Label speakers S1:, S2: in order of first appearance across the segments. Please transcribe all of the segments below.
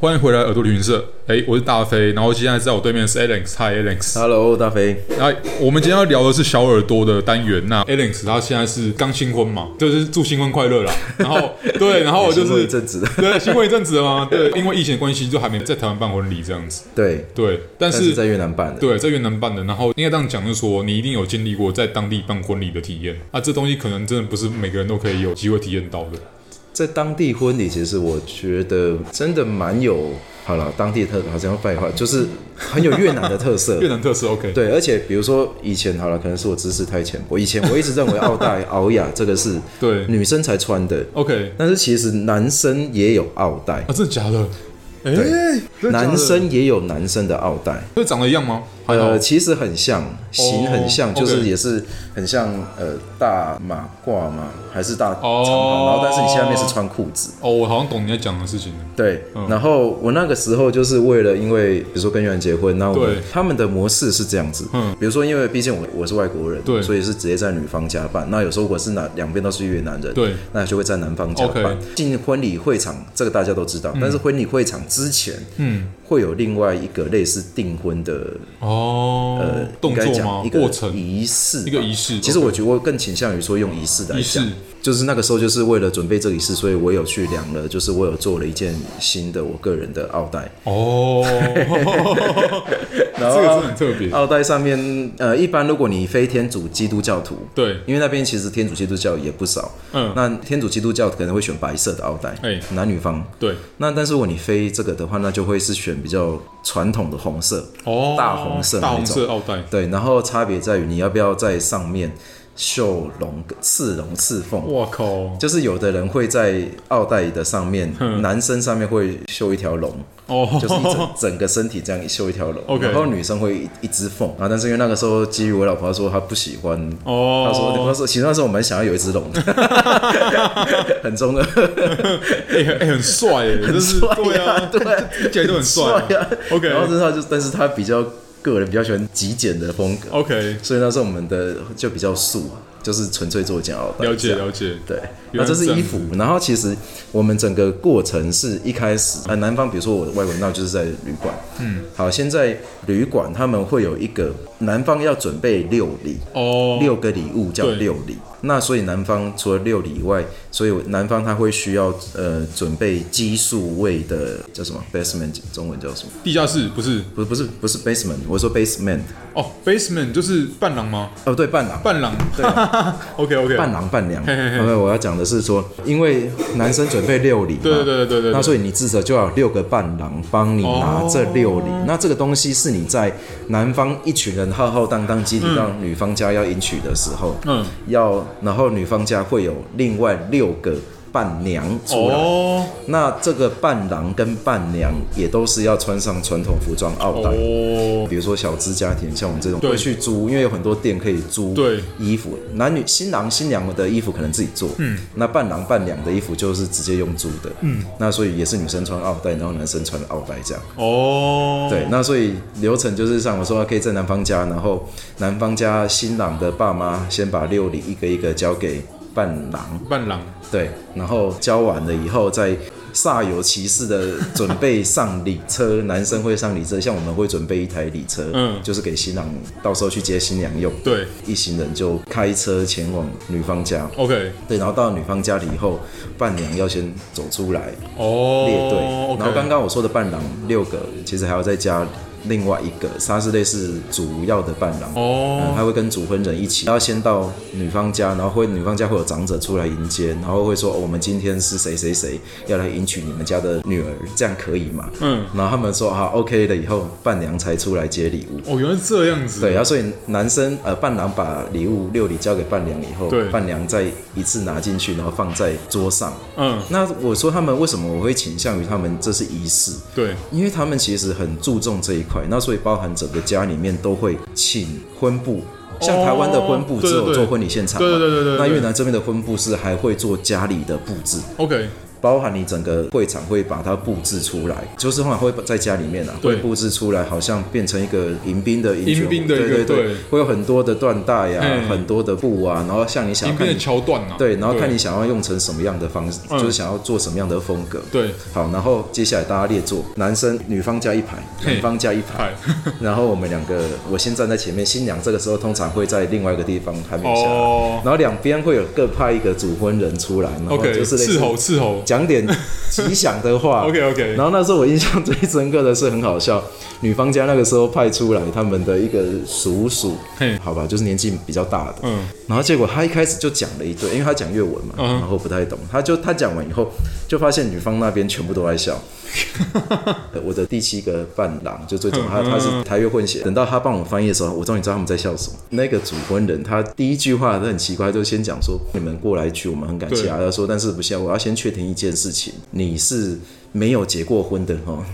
S1: 欢迎回来耳朵旅行社。哎，我是大飞，然后现在在我对面是 Alex。Hi Alex。
S2: Hello，大飞。
S1: 那我们今天要聊的是小耳朵的单元。那 Alex 他现在是刚新婚嘛，就是祝新婚快乐啦。然 后对，然后我就
S2: 经过
S1: 是
S2: 一阵子了
S1: 对，新婚一阵子了吗？对，因为疫情的关系就还没在台湾办婚礼这样子。
S2: 对，
S1: 对，但
S2: 但
S1: 是
S2: 是在越南办的。
S1: 对，在越南办的，然后应该这样讲，就是说你一定有经历过在当地办婚礼的体验啊，这东西可能真的不是每个人都可以有机会体验到的。
S2: 在当地婚礼，其实我觉得真的蛮有，好了，当地特好像要废话，就是很有越南的特色
S1: 越。南特色 OK，，
S2: 对，而且比如说以前好了，可能是我知识太浅，我以前我一直认为奥 黛、袄雅这个是
S1: 对
S2: 女生才穿的，
S1: OK
S2: 但是其实男生也有奥黛，
S1: 啊，真的假的？哎、真的假的
S2: 男生也有男生的奥黛。
S1: 会长得一样吗？还好、
S2: 呃，其实很像，型很像，就
S1: 哎哦 OK
S2: 是也是很像呃大马褂嘛，还是大长袍，
S1: 哦
S2: 然后但是你下面是穿裤子。
S1: 哦，我好像懂你在讲的事情了。
S2: 对，
S1: 嗯
S2: 然后我那个时候就是为了，因为比如说跟越南结婚，那我们
S1: 对
S2: 他们的模式是这样子，
S1: 嗯，
S2: 比如说因为毕竟我我是外国人，
S1: 对
S2: 所以是直接在女方家办。那有时候我是哪两边都是越南人，
S1: 对，
S2: 那就会在男方家
S1: OK
S2: 办。进婚礼会场这个大家都知道，但是婚礼会场之前
S1: 嗯，
S2: 会有另外一个类似订婚的
S1: 哦，
S2: 呃，
S1: 动
S2: 应该
S1: 作
S2: 讲
S1: 吗？
S2: 一个
S1: 过程
S2: 仪式吧，
S1: 一个仪式
S2: 其实我觉得我更倾向于说用仪式来
S1: 仪式
S2: 讲，就是那个时候就是为了准备这个仪式，所以我有去量了，就是我有做了一件新的我个人的奥黛，
S1: 哦，
S2: 然
S1: 这个
S2: 后啊
S1: 是很特别。
S2: 奥黛上面呃，一般如果你非天主基督教徒。
S1: 对，
S2: 因为那边其实天主基督教也不少，
S1: 嗯
S2: 那天主基督教可能会选白色的奥黛，
S1: 哎
S2: 男女方。
S1: 对，
S2: 那但是如果你非这个的话，那就会是选比较传统的红色，
S1: 哦，
S2: 大红色
S1: 大
S2: 那
S1: 红
S2: 一种
S1: 色奥黛，
S2: 对，然后差别在于你要不要在上面绣龙、刺龙、刺凤。
S1: 我靠，
S2: 就是有的人会在奥黛的上面，男生上面会绣一条龙，
S1: 嗯哦，
S2: 就是一整整个身体这样绣一条龙
S1: OK
S2: 然后女生会一一只凤啊。但是因为那个时候，基于我老婆她说她不喜欢，
S1: 哦，
S2: 她说她说其实那时候我蛮想要有一只 龙的，很中二，
S1: 哎、欸很帅 哎、欸，就是
S2: 帅啊
S1: 对啊，
S2: 对
S1: 听起来就很帅、
S2: 帅啊
S1: OK
S2: 然后就是她就，但是她比较个人比较喜欢极简的风格
S1: OK，
S2: 所以那时候我们的就比较素，就是纯粹做一件奥黛。
S1: 了解了解，
S2: 对，
S1: 原来
S2: 那这
S1: 是
S2: 是
S1: 这样
S2: 衣服。然后其实我们整个过程是一开始，呃，南方比如说我的外国人，那就是在旅馆。嗯，好，现在旅馆他们会有一个南方要准备六礼，
S1: 哦，
S2: 六个礼物叫
S1: 对
S2: 六礼。那所以南方除了六礼以外，所以南方他会需要呃准备奇数位的叫什么 basement，中文叫什么？
S1: 地下室不是
S2: 不不是不是 basement，我说 basement
S1: 哦，basement 就是伴郎吗？
S2: 哦对伴郎。
S1: 伴郎， 对，OK OK，
S2: 伴郎伴娘，
S1: 嘿嘿嘿
S2: 因为我要讲的是说，因为男生准备六礼嘛，
S1: 对对对对对
S2: 那
S1: 对，
S2: 所以你至少就要有六个伴郎帮你拿这六礼。
S1: 哦
S2: 那这个东西是你在男方一群人浩浩荡荡集体到女方家要迎娶的时候，
S1: 嗯，
S2: 要然后女方家会有另外六个伴娘出来。
S1: 哦
S2: 那这个伴郎跟伴娘也都是要穿上传统服装奥黛。
S1: 哦，
S2: 比如说小资家庭，像我们这种
S1: 对
S2: 会去租，因为有很多店可以租
S1: 对
S2: 衣服，男女新郎新娘的衣服可能自己做，嗯，那伴郎伴娘的衣服就是直接用租的，嗯，那所以也是女生穿奥黛，然后男生穿奥黛这样，
S1: 哦，
S2: 对，那所以流程就是像我说，可以在男方家，然后男方家新郎的爸妈先把六礼一个一个交给伴郎，
S1: 伴郎，
S2: 对，然后交完了以后再。煞有其事的准备上礼车，男生会上礼车，像我们会准备一台礼车，
S1: 嗯
S2: 就是给新郎到时候去接新娘用。
S1: 对
S2: 一行人就开车前往女方家，
S1: ，OK，
S2: 对，然后到女方家里以后，伴娘要先走出来
S1: 哦，
S2: 列队，
S1: OK
S2: 然后刚刚我说的伴郎六个，其实还要再加另外一个，他是类似主要的伴郎。嗯，
S1: 哦
S2: 他会跟主婚人一起，要先到女方家，然后会女方家会有长者出来迎接，然后会说、哦我们今天是谁谁谁要来迎娶你们家的女儿，这样可以吗？
S1: 嗯，
S2: 然后他们说啊 OK 了以后，伴娘才出来接礼物。
S1: 哦，原来是这样子，
S2: 对，啊然后所以男生呃伴郎把礼物六礼交给伴娘以后
S1: 对，
S2: 伴娘再一次拿进去，然后放在桌上。
S1: 嗯，
S2: 那我说他们为什么我会倾向于他们这是仪式，
S1: 对，
S2: 因为他们其实很注重这一块，那所以包含整个家里面都会请婚部。像台湾的婚部
S1: 对
S2: 只
S1: 对
S2: 有
S1: 对
S2: 做婚礼现场嘛，
S1: 对对对对对
S2: 那越南这边的婚部是还会做家里的布置，
S1: ，OK，
S2: 包含你整个会场会把它布置出来，就是后来会在家里面啊，
S1: 对
S2: 会布置出来，好像变成一个迎宾的
S1: 迎
S2: 迎
S1: 宾的一个
S2: 对对
S1: 对
S2: 会有很多的缎带呀
S1: 嗯，
S2: 很多的布啊，然后像你想
S1: 迎
S2: 要
S1: 宾
S2: 看
S1: 的
S2: 你
S1: 桥段啊，
S2: 对，然后看你想要用成什么样的方式，
S1: 嗯
S2: 就是想要做什么样的风格。
S1: 对
S2: 好，然后接下来大家列坐，男生女方加一排，
S1: 嘿
S2: 男方加一排
S1: 嗨，
S2: 然后我们两个，我先站在前面，新娘这个时候通常会在另外一个地方还没有下来，
S1: 哦
S2: 然后两边会有各派一个主婚人出来，然后
S1: ，OK，
S2: 就是类似
S1: 斥候斥候
S2: 讲点吉祥的话。
S1: 哦 ，OK，OK
S2: 然后那时候我印象最深刻的是很好笑，女方家那个时候派出来他们的一个叔叔
S1: 嘿，
S2: 好吧，就是年纪比较大的，
S1: 嗯，
S2: 然后结果他一开始就讲了一堆，因为他讲粤文嘛，
S1: 嗯哼
S2: 然后不太懂，他就他讲完以后，就发现女方那边全部都在笑。呃我的第七个伴郎就最重
S1: 嗯
S2: 要，他他是台越混血。等到他帮我翻译的时候，我终于知道他们在笑什么。那个主婚人他第一句话都很奇怪，就先讲说你们过来娶我们很感谢啊。他说但是不是啊，我要先确定一件事情，你是没有结过婚的哦。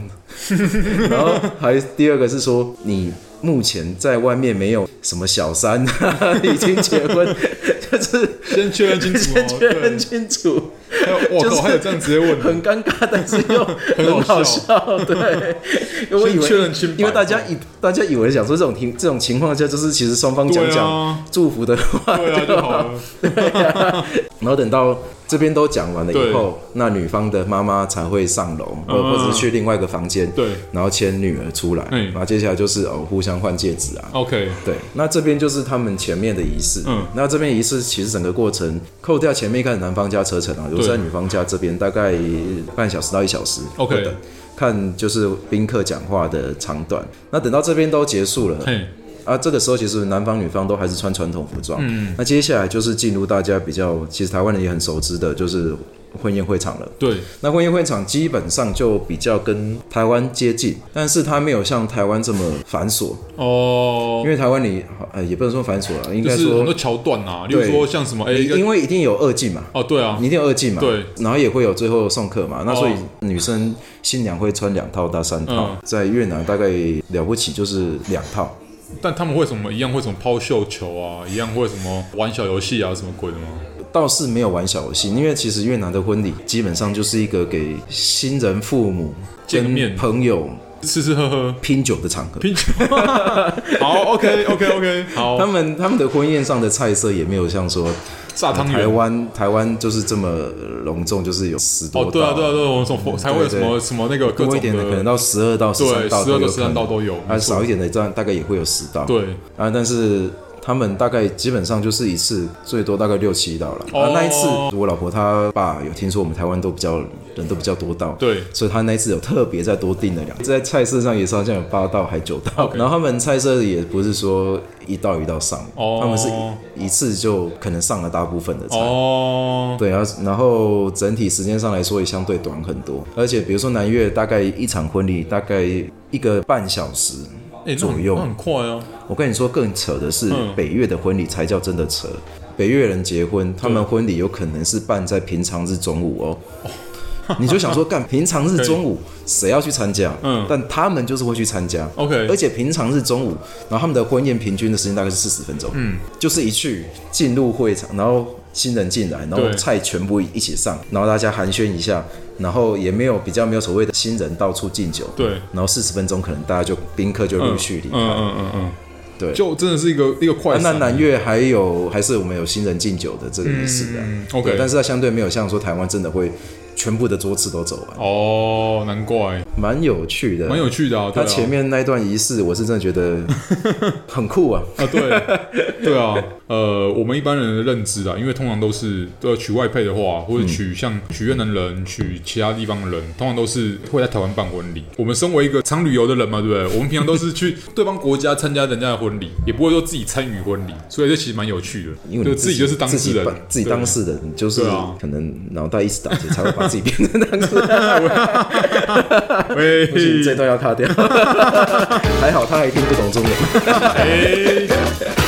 S2: 然后还第二个是说你目前在外面没有什么小三，啊已经结婚， 就是
S1: 先确认清楚
S2: 先
S1: 哦，
S2: 确
S1: 对，
S2: 认清楚。
S1: 还有哇
S2: 就是
S1: 靠，还有这样直接问的，
S2: 很尴尬，但是 又
S1: 好
S2: 很好笑。对，我以
S1: 先
S2: 为
S1: 确认清白
S2: 因为大家以大家以为想说这种情这种情况下，就是其实双方讲
S1: 对啊
S2: 讲祝福的话
S1: 对啊就好了，
S2: 然后等到这边都讲完了
S1: 对
S2: 以后，那女方的妈妈才会上楼，或
S1: 嗯
S2: 或者是去另外一个房间，
S1: 对
S2: 然后牵女儿出来，
S1: 嗯
S2: 然后接下来就是哦互相换戒指啊，
S1: ，OK，
S2: 对，那这边就是他们前面的仪式。
S1: 嗯
S2: 那这边仪式其实整个过程，扣掉前面一开始男方家车程啊，我是在女方家这边大概半小时到一小时
S1: OK
S2: 不等看就是宾客讲话的长短。那等到这边都结束了。
S1: 嘿，
S2: 啊，这个时候其实男方女方都还是穿传统服装。嗯，那接下来就是进入大家比较，其实台湾人也很熟知的，就是婚宴会场了。
S1: 对，
S2: 那婚宴会场基本上就比较跟台湾接近，但是它没有像台湾这么繁琐。
S1: 哦
S2: 因，为台湾你呃也不能说繁琐了，应
S1: 就
S2: 该
S1: 是很多
S2: 说
S1: 桥段啊，例如
S2: 对
S1: 说像什么，哎，
S2: 你
S1: 一个
S2: 因为一定有二进嘛，
S1: 哦，对啊
S2: 你，一定有二进嘛，
S1: 对，
S2: 然后也会有最后送客嘛，那所以
S1: 哦
S2: 女生新娘会穿两套到三套
S1: 嗯，
S2: 在越南大概了不起就是两套，
S1: 但他们会什么一样会什么抛绣球啊，一样会什么玩小游戏啊，什么鬼的吗？
S2: 倒是没有玩小游戏，因为其实越南的婚礼基本上就是一个给新人父母
S1: 见个
S2: 跟
S1: 面
S2: 朋友
S1: 吃吃喝喝，
S2: 拼酒的场合。
S1: 拼酒。好，OK OK OK，
S2: 他
S1: 好，
S2: 们他们的婚宴上的菜色也没有像说
S1: 炸汤
S2: 台
S1: 圆。
S2: 湾台湾就是这么隆重，就是有十多
S1: 哦，
S2: 道。
S1: 对啊，对啊，对啊，我们什么才会有什
S2: 嗯对
S1: 么什么那个各
S2: 多
S1: 种
S2: 一点的可能
S1: 的，
S2: 到十二到十
S1: 对，
S2: 三道
S1: 十二
S2: 都有
S1: 到十
S2: 可
S1: 三
S2: 能
S1: 道都有，
S2: 啊
S1: 没错
S2: 少一点的这样大概也会有十道。
S1: 对，
S2: 啊，但是他们大概基本上就是一次最多大概六七道了。
S1: 哦
S2: 啊，那一次我老婆她爸有听说我们台湾都比较人都比较多道，
S1: 对
S2: 所以她那一次有特别再多订了两，在菜色上也是好像有八道还九道。然后他们菜色也不是说一道一道上，
S1: 哦
S2: 他们是一一次就可能上了大部分的菜。
S1: 哦，
S2: 对啊，然后整体时间上来说也相对短很多，而且比如说南越大概一场婚礼大概一个半小时
S1: 哎，那
S2: 左
S1: 很
S2: 右。
S1: 那很快啊，
S2: 我跟你说，更扯的是、
S1: 嗯
S2: 北越的婚礼才叫真的扯。北越人结婚，他们婚礼有可能是办在平常日中午哦。你就想说，干平常日 中午谁要去参加？
S1: 嗯
S2: 但他们就是会去参加。
S1: OK
S2: 而且平常日中午，然后他们的婚宴平均的时间大概是四十分钟。嗯，就是一去进入会场，然后新人进来，然后
S1: 对
S2: 菜全部一起上，然后大家寒暄一下，然后也没有比较没有所谓的新人到处敬酒。
S1: 对
S2: 然后四十分钟可能大家就宾客就陆
S1: 嗯
S2: 续离
S1: 嗯
S2: 开。
S1: 嗯嗯嗯，
S2: 对
S1: 就真的是一个一个快
S2: 啊那
S1: 闪
S2: 南越还有还是我们有新人敬酒的这个仪式的、
S1: 嗯
S2: 啊对
S1: OK
S2: 但是它相对没有像说台湾真的会全部的桌次都走完，
S1: 哦，难怪，
S2: 蛮有趣的。
S1: 蛮有趣的啊，对
S2: 它
S1: 啊
S2: 前面那一段仪式，我是真的觉得很酷啊。
S1: 啊，对，对啊，呃，我们一般人的认知啊，因为通常都是呃娶外配的话，或者
S2: 嗯
S1: 娶像娶越南人、娶其他地方的人，通常都是会在台湾办婚礼。我们身为一个常旅游的人嘛，对不对？我们平常都是 去对方国家参加人家的婚礼，也不会说自己参与婚礼，所以这其实蛮有趣
S2: 因
S1: 的，
S2: 为你
S1: 就自己就是当事人
S2: 自己，自己当事人就是
S1: 对啊
S2: 可能脑袋一直打结，才会把自己变成当事人。
S1: 对。
S2: 不行这
S1: 喂，
S2: 段要卡掉。还好他还听不懂中文。
S1: 哎